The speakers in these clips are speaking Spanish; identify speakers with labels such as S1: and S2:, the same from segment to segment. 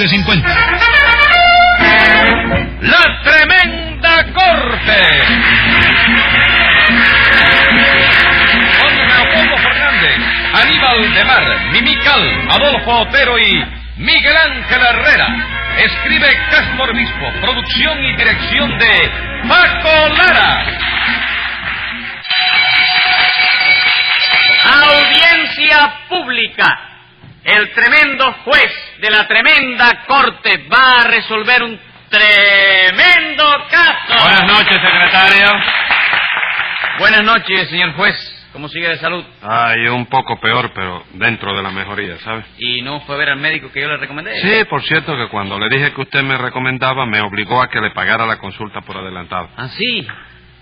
S1: 350.
S2: La tremenda corte. Con Leopoldo Fernández, Aníbal de Mar, Mimical, Adolfo Otero y Miguel Ángel Herrera. Escribe Castro Obispo, producción y dirección de Paco Lara.
S3: Audiencia pública. El tremendo juez de la tremenda corte va a resolver un tremendo caso.
S4: Buenas noches, secretario.
S3: Buenas noches, señor juez. ¿Cómo sigue de salud?
S4: Ay, un poco peor, pero dentro de la mejoría, ¿sabe?
S3: ¿Y no fue a ver al médico que yo le recomendé?
S4: Sí, por cierto que cuando le dije que usted me recomendaba, me obligó a que le pagara la consulta por adelantado.
S3: Ah, sí.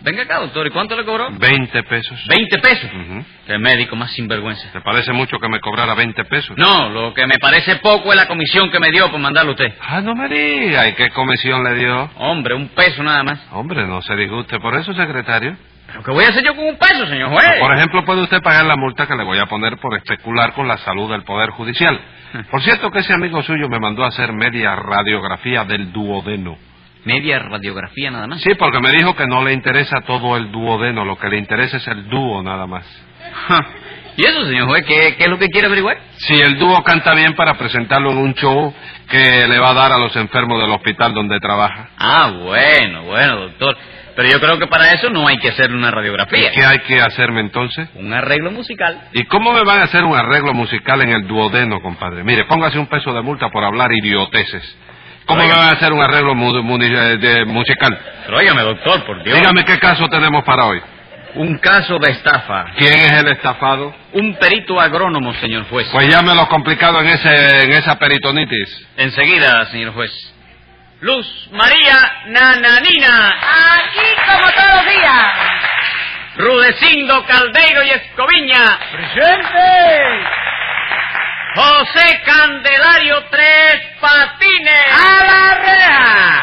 S3: Venga acá, doctor. ¿Y cuánto le cobró?
S4: ¿Veinte pesos?
S3: ¿Veinte pesos?
S4: Ujú.
S3: El médico más sinvergüenza.
S4: ¿Te parece mucho que me cobrara veinte pesos?
S3: No, lo que me parece poco es la comisión que me dio por mandarlo a usted.
S4: Ah, no me diga. ¿Y qué comisión le dio?
S3: Hombre, un peso nada más.
S4: Hombre, no se disguste por eso, secretario.
S3: ¿Pero qué voy a hacer yo con un peso, señor juez?
S4: Por ejemplo, puede usted pagar la multa que le voy a poner por especular con la salud del Poder Judicial. Por cierto que ese amigo suyo me mandó a hacer media radiografía del duodeno.
S3: Media radiografía nada más.
S4: Sí, porque me dijo que no le interesa todo el duodeno, lo que le interesa es el dúo nada más.
S3: Ja. ¿Y eso, señor juez? ¿Qué, qué es lo que quiere averiguar?
S4: Si el dúo canta bien para presentarlo en un show que le va a dar a los enfermos del hospital donde trabaja.
S3: Ah, bueno, bueno, doctor. Pero yo creo que para eso no hay que hacerle una radiografía.
S4: ¿Y qué hay que hacerme entonces?
S3: Un arreglo musical.
S4: ¿Y cómo me van a hacer un arreglo musical en el duodeno, compadre? Mire, póngase un peso de multa por hablar idioteces. ¿Cómo me
S3: Oiga.
S4: van a hacer un arreglo mu- muni- eh, de- musical?
S3: Pero óigame, doctor, por Dios.
S4: Dígame qué caso tenemos para hoy.
S3: Un caso de estafa.
S4: ¿Quién es el estafado?
S3: Un perito agrónomo, señor juez.
S4: Pues llámelo complicado en, ese, en esa peritonitis.
S3: Enseguida, señor juez. Luz María Nananina,
S5: Aquí como todos los días.
S3: Rudecindo Caldeiro y Escoviña.
S5: ¡Presente!
S3: José Candelario Tres Patines.
S5: ¡A la reja!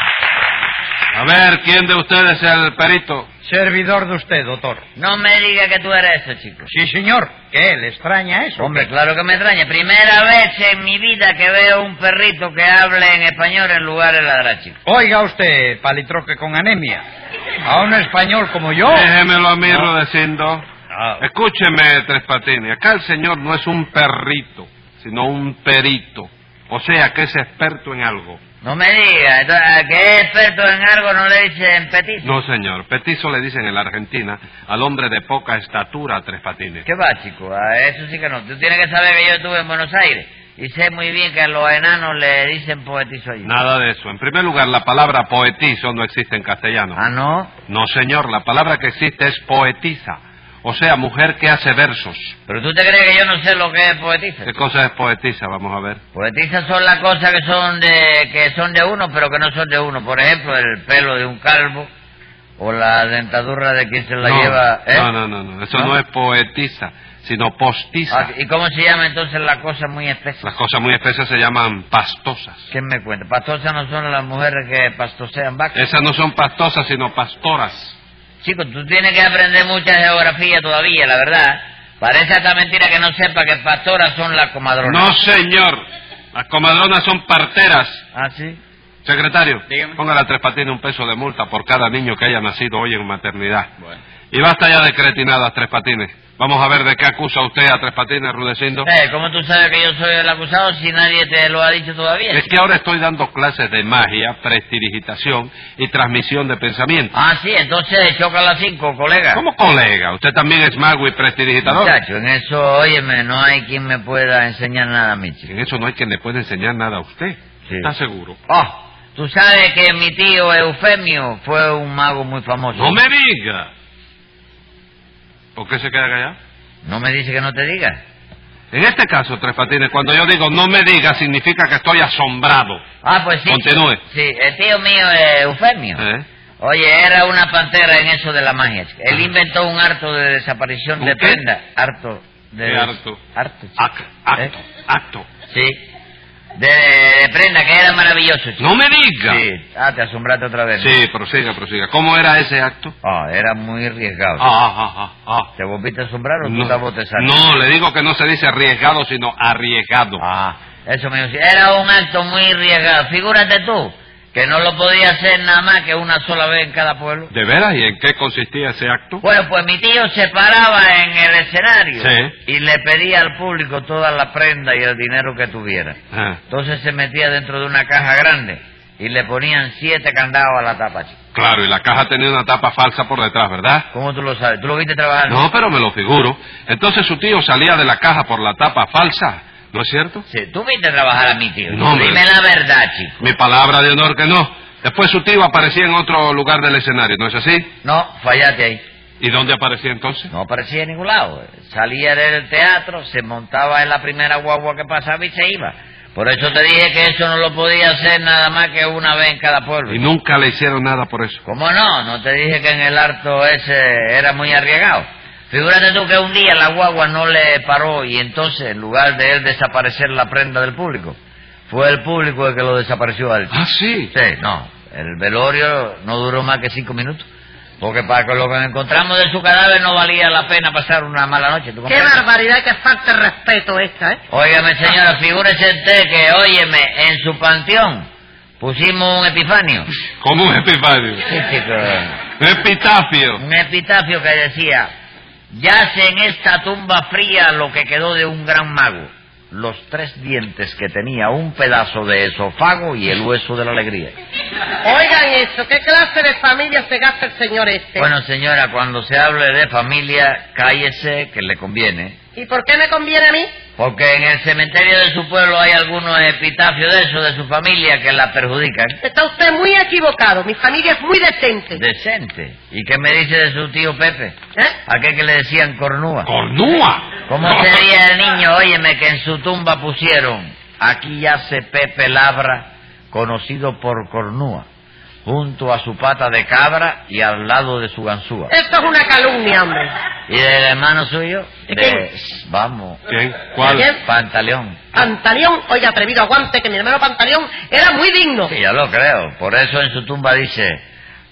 S4: A ver, ¿quién de ustedes es el perito?
S6: Servidor de usted, doctor.
S5: No me diga que tú eres eso, chico.
S6: Sí, señor. ¿Qué? ¿Le extraña eso?
S5: Hombre, claro que me extraña. Primera vez en mi vida que veo un perrito que hable en español en lugar de ladrar, chico.
S6: Oiga usted, palitroque con anemia. A un español como
S5: Oh.
S6: yo.
S4: Déjemelo a mí,
S6: No.
S4: Rudecindo.
S6: Ah,
S4: eh, Escúcheme, Tres Patines. Acá el señor no es un perrito, sino un perito. O sea, que es experto en algo.
S5: No me diga. Entonces, ¿a que es experto en algo no le dicen petiso?
S4: No, señor. Petizo le dicen en la Argentina al hombre de poca estatura, Tres Patines.
S5: ¿Qué va, chico? A eso sí que no. Tú tienes que saber que yo estuve en Buenos Aires. Y sé muy bien que a los enanos le dicen poetizo allí.
S4: Nada de eso. En primer lugar, la palabra poetizo no existe en castellano.
S5: Ah, ¿no?
S4: No, señor. La palabra que existe es poetisa. O sea, mujer que hace versos.
S5: ¿Pero tú te crees que yo no sé lo que es poetiza?
S4: ¿Qué cosa es poetisa? Vamos a ver.
S5: Poetistas son las cosas que son de que son de uno, pero que no son de uno. Por ejemplo, el pelo de un calvo o la dentadura de quien se la
S4: no,
S5: lleva. ¿eh?
S4: no, no, no, no. Eso no,
S5: ¿No?
S4: es poetisa, sino postiza.
S5: Ah, ¿Y cómo se llama entonces la cosa muy espesa?
S4: Las cosas muy espesas se llaman pastosas.
S5: ¿Quién me cuenta? Pastosas no son las mujeres que pastosean vacas.
S4: Esas no son pastosas, sino pastoras.
S5: Chicos, tú tienes que aprender mucha geografía todavía, la verdad. Parece hasta mentira que no sepa que pastoras son las comadronas.
S4: No, señor. Las comadronas son parteras.
S5: ¿Ah, sí?
S4: Secretario,
S3: Dígame.
S4: póngale a Tres Patines un peso de multa por cada niño que haya nacido hoy en maternidad.
S3: Bueno.
S4: Y basta ya de cretinadas, Tres Patines. Vamos a ver de qué acusa usted a Tres Patines, Rudecindo.
S5: Eh, ¿Cómo tú sabes que yo soy el acusado si nadie te lo ha dicho todavía?
S4: Es que ahora estoy dando clases de magia, prestidigitación y transmisión de pensamiento.
S5: Ah, sí, entonces choca las cinco, colega.
S4: ¿Cómo colega? Usted también es mago y prestidigitador.
S5: Muchacho, en eso, óyeme, no hay quien me pueda enseñar nada a mí, chico.
S4: En eso no hay quien le pueda enseñar nada a usted.
S5: Sí.
S4: ¿Está seguro?
S5: Oh, tú sabes que mi tío Eufemio fue un mago muy famoso.
S4: ¡No me diga! ¿Por qué se queda callado?
S5: ¿No me dice que no te diga?
S4: En este caso, Tres Patines, cuando yo digo no me diga, significa que estoy asombrado.
S5: Ah, pues sí.
S4: Continúe.
S5: Sí, el tío mío eh, Eufemio.
S4: ¿Eh?
S5: Oye, era una pantera en eso de la magia. chico. Él inventó un harto de desaparición
S4: Ah. ¿Un
S5: de
S4: qué?
S5: prenda. Harto. De
S4: ¿Qué
S5: des-
S4: harto? Ah.
S5: Harto, chico.
S4: Ac- acto,
S5: ¿Eh?
S4: acto.
S5: Sí. de, de prenda, que era maravilloso, chico.
S4: ¡No me diga!
S5: Sí. Ah, te asombraste otra vez. ¿no?
S4: Sí, prosiga, prosiga. ¿Cómo era ese acto?
S5: Ah, era muy arriesgado.
S4: Ah, ah, ah, ah.
S5: ¿Te volviste a asombrar o tú
S4: No,
S5: estás bostezando?
S4: no, le digo que no se dice arriesgado, sino arriesgado.
S5: Ah, eso me decía. Era un acto muy arriesgado. Figúrate tú, que no lo podía hacer nada más que una sola vez en cada pueblo.
S4: ¿De veras? ¿Y en qué consistía ese acto?
S5: Bueno, pues mi tío se paraba en el escenario
S4: Sí.
S5: y le pedía al público toda la prenda y el dinero que tuviera.
S4: Ah,
S5: Entonces se metía dentro de una caja grande y le ponían siete candados a la tapa. chico.
S4: claro, y la caja tenía una tapa falsa por detrás, ¿verdad?
S5: ¿Cómo tú lo sabes? ¿Tú lo viste trabajar?
S4: No, pero me lo figuro. Entonces su tío salía de la caja por la tapa falsa, ¿no es cierto?
S5: Sí, tú viste trabajar a mi tío.
S4: No, hombre.
S5: Dime la verdad, chico.
S4: Mi palabra de honor que no. Después su tío aparecía en otro lugar del escenario, ¿no es así?
S5: No, fallaste ahí.
S4: ¿Y dónde aparecía entonces?
S5: No aparecía en ningún lado. Salía del teatro, se montaba en la primera guagua que pasaba y se iba. Por eso te dije que eso no lo podía hacer nada más que una vez en cada pueblo.
S4: Y nunca le hicieron nada por eso.
S5: ¿Cómo no? No te dije que en el harto ese era muy arriesgado. Figúrate tú que un día la guagua no le paró y entonces, en lugar de él desaparecer la prenda del público, fue el público el que lo desapareció a él.
S4: Ah, sí.
S5: Sí, no. El velorio no duró más que cinco minutos. Porque para que lo que encontramos de su cadáver no valía la pena pasar una mala noche. ¿tú
S1: Qué
S5: comprendes?
S1: barbaridad, qué falta de respeto esta, ¿eh?
S5: Óigame, señora, figúrese usted que, óyeme, en su panteón pusimos un epifanio. Sí,
S4: ¿Cómo un epifanio?
S5: chico.
S4: Un epitafio.
S5: Un epitafio que decía, yace en esta tumba fría lo que quedó de un gran mago. Los tres dientes que tenía, un pedazo de esófago y el hueso de la alegría.
S1: Oigan eso, ¿qué clase de familia se gasta el señor este?
S5: Bueno, señora, cuando se hable de familia, cállese que le conviene.
S1: ¿Y por qué me conviene a mí?
S5: Porque en el cementerio de su pueblo hay algunos epitafios de eso, de su familia, que la perjudican.
S1: Está usted muy equivocado, mi familia es muy decente.
S5: Decente. ¿Y qué me dice de su tío Pepe?
S1: ¿Eh?
S5: Aquel que le decían cornúa.
S4: ¡Cornúa!
S5: ¿Cómo sería el niño? Óyeme, que en su tumba pusieron, aquí yace Pepe Labra, conocido por cornúa, junto a su pata de cabra y al lado de su ganzúa.
S1: Esto es una calumnia, hombre.
S5: ¿Y del hermano suyo?
S1: ¿De quién?
S5: Vamos.
S4: ¿Quién? ¿Cuál?
S1: ¿De quién?
S5: Pantaleón.
S1: Pantaleón, oiga, atrevido, aguante, que mi hermano Pantaleón era muy digno.
S5: Sí, yo lo creo. Por eso en su tumba dice,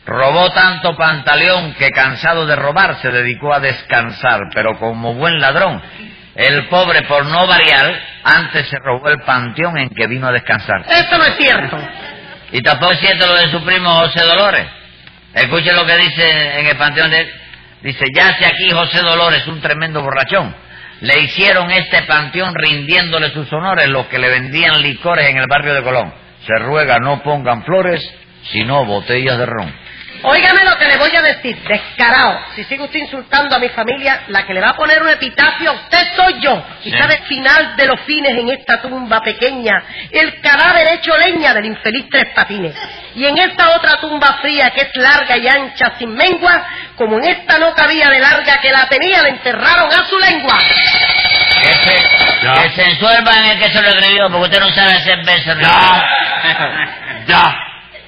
S5: robó tanto Pantaleón que cansado de robar se dedicó a descansar, pero como buen ladrón, el pobre por no variar, antes se robó el panteón en que vino a descansar.
S1: Esto no es cierto.
S5: Y tampoco es cierto lo de su primo José Dolores. Escuche lo que dice en el panteón de él. Dice, yace aquí José Dolores, un tremendo borrachón. Le hicieron este panteón rindiéndole sus honores los que le vendían licores en el barrio de Colón. Se ruega no pongan flores, sino botellas de ron.
S1: Óigame lo que le voy a decir, descarado. Si sigue usted insultando a mi familia, la que le va a poner un epitafio a usted soy yo. Y
S5: Sí.
S1: sabe el final de los fines en esta tumba pequeña, el cadáver hecho leña del infeliz Tres Patines. Y en esta otra tumba fría que es larga y ancha sin mengua, como en esta no cabía de larga que la tenía, le enterraron a su lengua.
S5: Ese,
S4: Ya.
S5: que se ensuelva en el que se lo escribió, porque usted no sabe hacer versos. ni nada.
S4: Ya. Ya.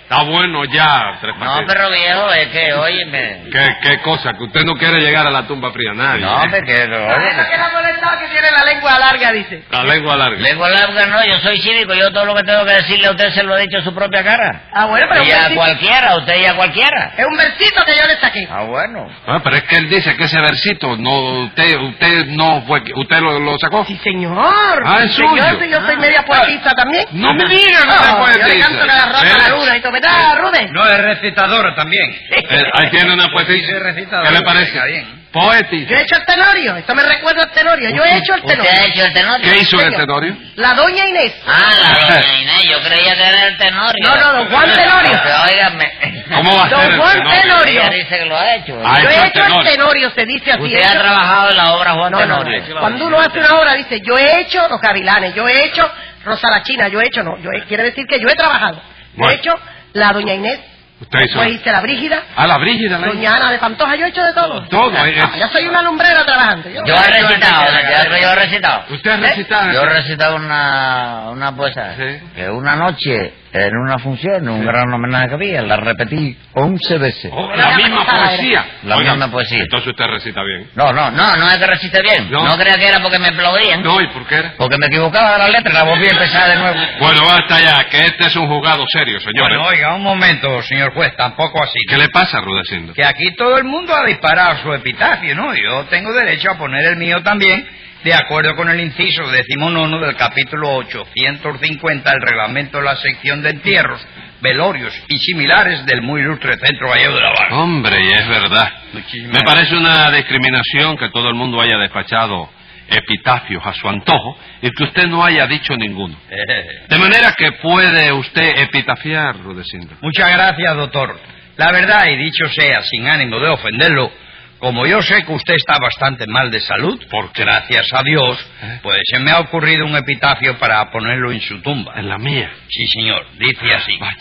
S4: Está bueno ya, Tres
S5: No,
S4: Patines.
S5: pero viejo, es que, óyeme...
S4: ¿Qué, qué cosa? Que usted no quiere llegar a la tumba fría, nadie.
S5: No,
S4: ¿eh?
S5: hombre, que... óyeme.
S1: la molestaba que tiene la lengua larga, dice.
S4: La lengua larga.
S5: Lengua larga no, yo soy cívico, yo todo lo que tengo que decirle a usted se lo he dicho a su propia cara.
S1: Ah, bueno, pero
S5: y
S1: es un
S5: a
S1: versito-
S5: cualquiera, usted y a cualquiera.
S1: es un versito que yo le saqué.
S5: Ah, bueno.
S4: Ah, pero es que él dice que ese versito no usted usted no fue usted lo, lo sacó.
S1: Sí, señor.
S4: Ah, es
S1: Sí, señor,
S4: suyo.
S1: sí, yo soy media poetisa también.
S4: No me diga, no sea
S1: Oh, Yo le
S4: poetisa. Eh,
S1: canto la
S5: ¿Eh?
S1: rata
S4: Mira.
S1: la luna y todo. ¿Verdad, Rubén?
S6: No, es recitadora también.
S4: Eh, ahí tiene una poetisa.
S6: Sí, sí, recitadora.
S4: ¿Qué le parece?
S6: Venga, bien.
S1: Yo
S4: Poetisa.
S1: he hecho el tenorio. Esto me recuerda al tenorio. Yo he hecho el
S5: ¿Usted ha
S1: tenorio.
S5: hecho el tenorio?
S4: ¿Qué hizo en el
S1: Señor.
S4: tenorio?
S1: La doña Inés.
S5: Ah, la doña Inés, yo creía que era el tenorio.
S1: No, no, don Juan Tenorio.
S5: Pero óigame.
S4: ¿Cómo va a
S1: Don
S4: ser el
S1: Juan
S4: tenorio?
S1: Tenorio.
S5: Ella dice que lo ha hecho.
S4: Ah,
S1: yo
S4: hecho
S1: he
S4: el
S1: hecho el
S4: tenorio.
S1: tenorio, se dice así.
S5: usted
S1: He
S5: ha
S1: hecho-
S5: trabajado en la obra Juan
S1: No, no,
S5: Tenorio.
S1: no. Cuando uno hace una obra dice, yo he hecho los gavilanes, yo he hecho Rosalachina, yo he hecho, no, yo he- quiere decir que yo he trabajado. Yo
S4: Bueno.
S1: he hecho la doña Inés,
S4: Usted hizo.
S1: después hice la Brígida,
S4: A la Brígida. la-
S1: Pues, doña Ana de Pantoja, yo he hecho de todo.
S4: Todo, eh,
S1: Ah, yo soy una lumbrera trabajando. Yo-
S5: Yo he recitado, en el teatro yo he recitado.
S1: ¿Eh?
S4: Usted ha recitado.
S5: Yo he recitado una, una poesía.
S4: Sí.
S5: Que una noche Era una función, un gran homenaje que había. La repetí 11 veces.
S4: Oh, la misma poesía.
S5: La misma poesía.
S4: Entonces usted recita bien.
S5: No, no, no, no es que recite bien.
S4: No.
S5: No, crea que era porque me aplaudían.
S4: No, ¿y por qué era?
S5: Porque me equivocaba de la letra, la volví a empezar de nuevo.
S4: Bueno, basta ya, que este es un juzgado serio, señores.
S6: Bueno, oiga, un momento, señor juez, tampoco así.
S4: ¿Qué le pasa, Rudecindo?
S6: Que aquí todo el mundo ha disparado su epitafio, ¿no? Yo tengo derecho a poner el mío también, de acuerdo con el inciso decimonono del capítulo 850 del reglamento de la sección de entierros, velorios y similares del muy ilustre Centro Vallejo de la Habana.
S4: Hombre, y es verdad.
S6: Muchísimas
S4: Me
S6: gracias.
S4: parece una discriminación que todo el mundo haya despachado epitafios a su antojo y que usted no haya dicho ninguno.
S6: Eh,
S4: De manera que puede usted epitafiar, Rudecindo.
S6: Muchas gracias, doctor. La verdad, y dicho sea, sin ánimo de ofenderlo, como yo sé que usted está bastante mal de salud,
S4: ¿Por qué?
S6: gracias a Dios, pues se me ha ocurrido un epitafio para ponerlo en su tumba.
S4: En la mía.
S6: Sí, señor, dice así.
S4: Vaya.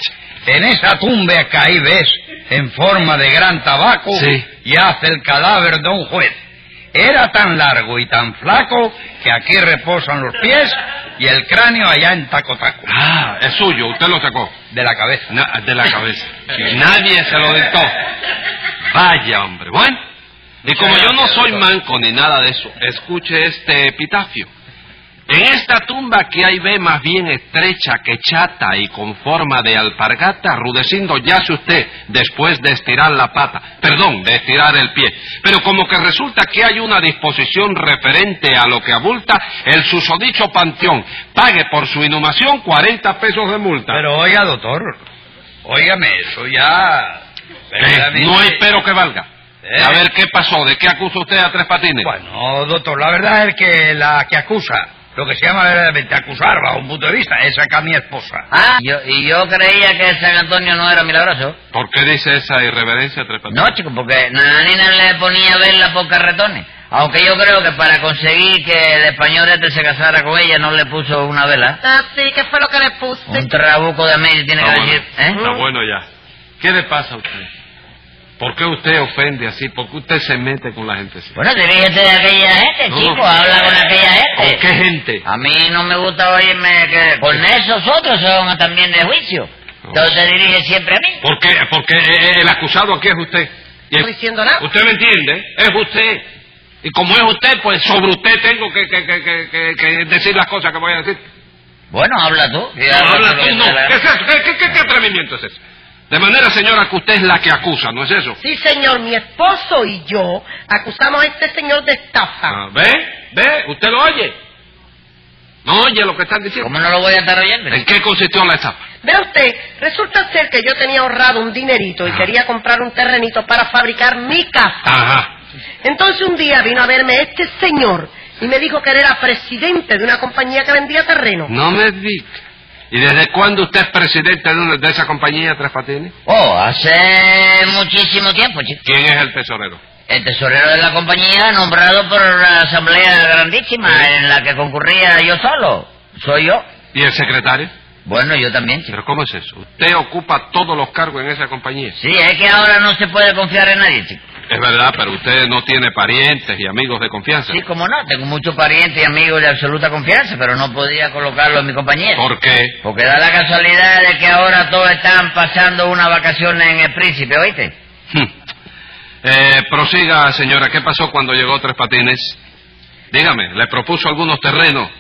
S6: En esa tumba que ahí ves, en forma de gran tabaco,
S4: Sí.
S6: yace el cadáver de un juez. Era tan largo y tan flaco que aquí reposan los pies y el cráneo allá en taco taco,
S4: Ah, es suyo, usted lo sacó.
S6: de la cabeza.
S4: Na- de la cabeza. Nadie se lo dictó. Vaya, hombre. Bueno, y como yo no soy manco ni nada de eso, escuche este epitafio. En esta tumba que hay ve más bien estrecha que chata y con forma de alpargata, rudeciendo yace usted después de estirar la pata, perdón, de estirar el pie. Pero como que resulta que hay una disposición referente a lo que abulta el susodicho panteón. Pague por su inhumación 40 pesos de multa.
S6: Pero oiga, doctor, óigame, eso ya...
S4: Eh, no hay pero que valga.
S6: Eh.
S4: A ver qué pasó, de qué acusa usted a Tres Patines.
S6: Bueno, doctor, la verdad es que la que acusa, lo que se llama verdaderamente acusar bajo un punto de vista, es acá mi esposa.
S5: Ah, yo- y yo creía que San Antonio no era milagroso.
S4: ¿Por qué dice esa irreverencia Tres Patines?
S5: No, chico, porque Nananina le ponía vela por carretones. Aunque yo creo que para conseguir que el español este se casara con ella no le puso una vela.
S1: Así que fue lo que le puse.
S5: Un trabuco de medio tiene
S4: Está
S5: que
S4: bueno.
S5: decir. ¿eh?
S4: Está bueno ya. ¿Qué le pasa a usted? ¿Por qué usted ofende así? ¿Por qué usted se mete con la gente así?
S5: Bueno, dirígete a aquella gente,
S4: No.
S5: Este chico. Habla con este. aquella
S4: ¿Con
S5: gente.
S4: qué gente?
S5: A mí no me gusta oírme que con esos otros son también de juicio.
S4: No.
S5: Entonces dirige siempre a mí.
S4: ¿Por qué? Porque eh, el acusado aquí es usted. Y
S1: No diciendo nada.
S4: Usted me entiende, es usted. Y como es usted, pues sobre usted tengo que, que- que- que- que- que decir las cosas que voy a decir.
S5: Bueno, habla tú. Yo
S4: No,
S5: hablo
S4: habla
S5: lo que
S4: tú, no.
S5: te la-
S4: ¿Qué es eso? ¿Qué, qué- qué- qué atrevimiento es eso? De manera, señora, que usted es la que acusa, ¿no es eso?
S1: Sí, señor, mi esposo y yo acusamos a este señor de estafa.
S4: Ah, ¿Ve? ¿Ve? ¿Usted lo oye? ¿No oye lo que están diciendo?
S5: ¿Cómo no lo voy a estar oyendo?
S4: ¿En qué consistió la estafa?
S1: Vea usted, resulta ser que yo tenía ahorrado un dinerito y
S4: Ah.
S1: quería comprar un terrenito para fabricar mi casa.
S4: Ajá.
S1: Entonces un día vino a verme este señor y me dijo que él era presidente de una compañía que vendía terreno.
S4: No me diga. ¿Y desde cuándo usted es presidente de, una- de esa compañía, Tres Patines?
S5: Oh, hace muchísimo tiempo, chico.
S4: ¿Quién es el tesorero?
S5: El tesorero de la compañía nombrado por la asamblea grandísima en la que concurría yo solo. Soy yo.
S4: ¿Y el secretario?
S5: Bueno, yo también, chico.
S4: ¿Pero cómo es eso? Usted ocupa todos los cargos en esa compañía.
S5: Sí, es que ahora no se puede confiar en nadie, chico.
S4: Es verdad, pero usted no tiene parientes y amigos de confianza.
S5: Sí, como no, tengo muchos parientes y amigos de absoluta confianza, pero no podía colocarlo en mi compañía.
S4: ¿Por qué?
S5: Porque da la casualidad de que ahora todos están pasando una vacación en el príncipe, ¿oíste?
S4: Hmm. Eh, prosiga, señora, ¿qué pasó cuando llegó Tres Patines? Dígame, ¿le propuso algunos terrenos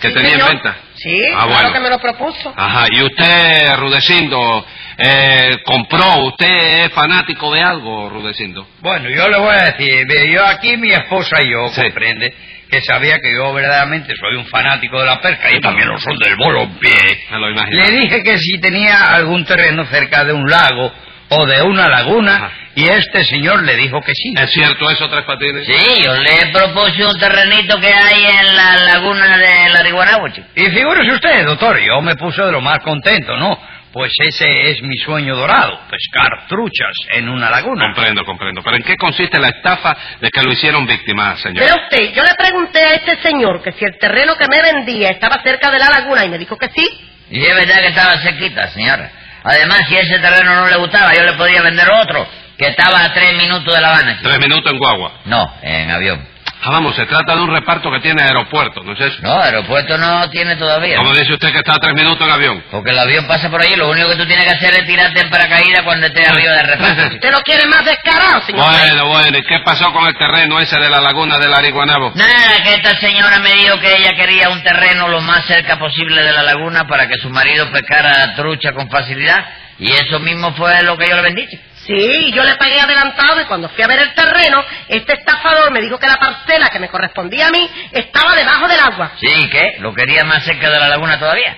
S4: que
S1: Sí,
S4: tenía
S1: señor.
S4: en venta?
S1: Sí,
S4: Ah,
S1: claro
S4: bueno.
S1: que me lo propuso.
S4: Ajá, y usted, Rudecindo, eh, compró, usted es fanático de algo, Rudecindo.
S6: Bueno, yo le voy a decir, ve, yo aquí mi esposa y yo,
S4: Sí.
S6: comprende, que sabía que yo verdaderamente soy un fanático de la perca y también lo soy del bolo en pie.
S4: Me lo imagino.
S6: Le dije que si tenía algún terreno cerca de un lago o de una laguna
S4: Ajá.
S6: y este señor le dijo que sí.
S4: ¿Es cierto eso, Tres Patines?
S5: Sí, yo le propuse un terrenito que hay en la laguna de Lariguanabo, chico.
S6: Y figúrese usted, doctor, yo me puse de lo más contento, ¿no? Pues ese es mi sueño dorado, pescar truchas en una laguna.
S4: Comprendo, comprendo. ¿Pero en qué consiste la estafa de que lo hicieron víctima, señora?
S1: Vea usted, yo le pregunté a este señor que si el terreno que me vendía estaba cerca de la laguna y me dijo que sí.
S5: Y es verdad que estaba cerquita, señora. Además, si ese terreno no le gustaba, yo le podía vender otro, que estaba a tres minutos de La Habana, chico.
S4: Tres minutos en guagua.
S5: No, en avión.
S4: Ah, vamos, se trata de un reparto que tiene aeropuerto, ¿no es eso?
S5: No, aeropuerto no tiene todavía.
S4: Como dice usted que está a tres minutos en avión.
S5: Porque el avión pasa por ahí, lo único que tú tienes que hacer es tirarte en paracaídas cuando estés arriba de reparto.
S1: ¿Usted lo quiere más descarado, señor? juez?
S4: Bueno, bueno, ¿y qué pasó con el terreno ese de la laguna del Ariguanabo?
S5: Nada, que esta señora me dijo que ella quería un terreno lo más cerca posible de la laguna para que su marido pescara trucha con facilidad. Y eso mismo fue lo que yo le vendí. chico.
S1: Sí, yo le pagué adelantado y cuando fui a ver el terreno, este estafador me dijo que la parcela que me correspondía a mí estaba debajo del agua.
S5: Sí, ¿qué? Lo quería más cerca de la laguna todavía.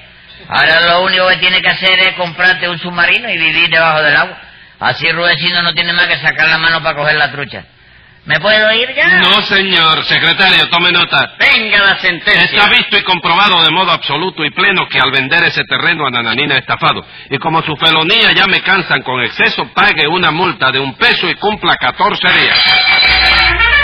S5: Ahora lo único que tiene que hacer es comprarte un submarino y vivir debajo del agua. Así Rudecindo no tiene más que sacar la mano para coger la trucha. ¿Me puedo ir ya?
S4: No, señor. Secretario, tome nota.
S3: Venga la sentencia.
S4: Está visto y comprobado de modo absoluto y pleno que al vender ese terreno a Nananina estafado, y como su felonía ya me cansan con exceso, pague una multa de un peso y cumpla 14 días.